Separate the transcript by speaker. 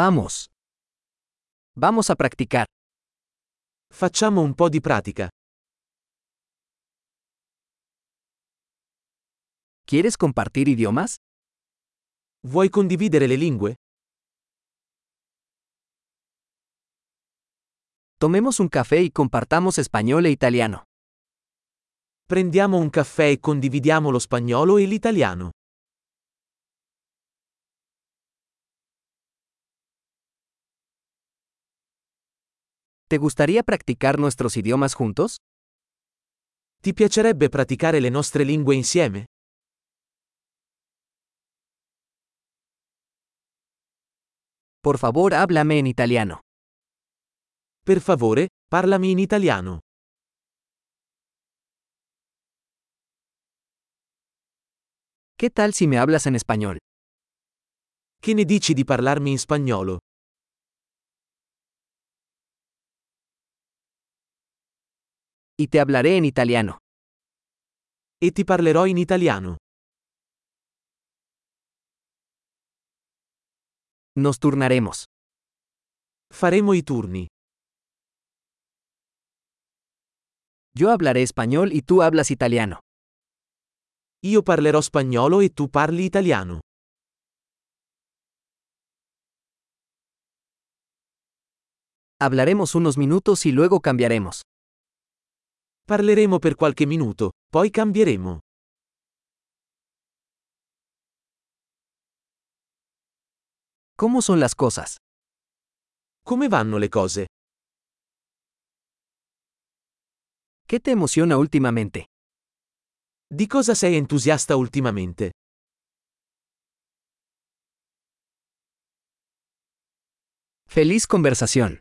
Speaker 1: Vamos. Vamos a practicar.
Speaker 2: Facciamo un po' di pratica.
Speaker 1: ¿Quieres compartir idiomas?
Speaker 2: Vuoi condividere le lingue?
Speaker 1: Tomemos un café y compartamos español e italiano.
Speaker 2: Prendiamo un caffè e condividiamo lo spagnolo e l'italiano.
Speaker 1: ¿Te gustaría practicar nuestros idiomas juntos?
Speaker 2: Ti piacerebbe praticare le nostre lingue insieme?
Speaker 1: Por favor, háblame en italiano.
Speaker 2: Per favore, parlami in italiano.
Speaker 1: ¿Qué tal si me hablas en español?
Speaker 2: Che ne dici di parlarmi in spagnolo?
Speaker 1: Y te hablaré en italiano.
Speaker 2: E ti parlerò in italiano.
Speaker 1: Nos turnaremos.
Speaker 2: Faremo i turni.
Speaker 1: Yo hablaré español y tú hablas italiano.
Speaker 2: Io parlerò spagnolo e tu parli italiano.
Speaker 1: Hablaremos unos minutos y luego cambiaremos.
Speaker 2: Parleremo per qualche minuto, poi cambieremo.
Speaker 1: ¿Cómo son las cosas?
Speaker 2: Come vanno le cose?
Speaker 1: ¿Qué te emociona últimamente?
Speaker 2: Di cosa sei entusiasta ultimamente?
Speaker 1: Feliz conversación.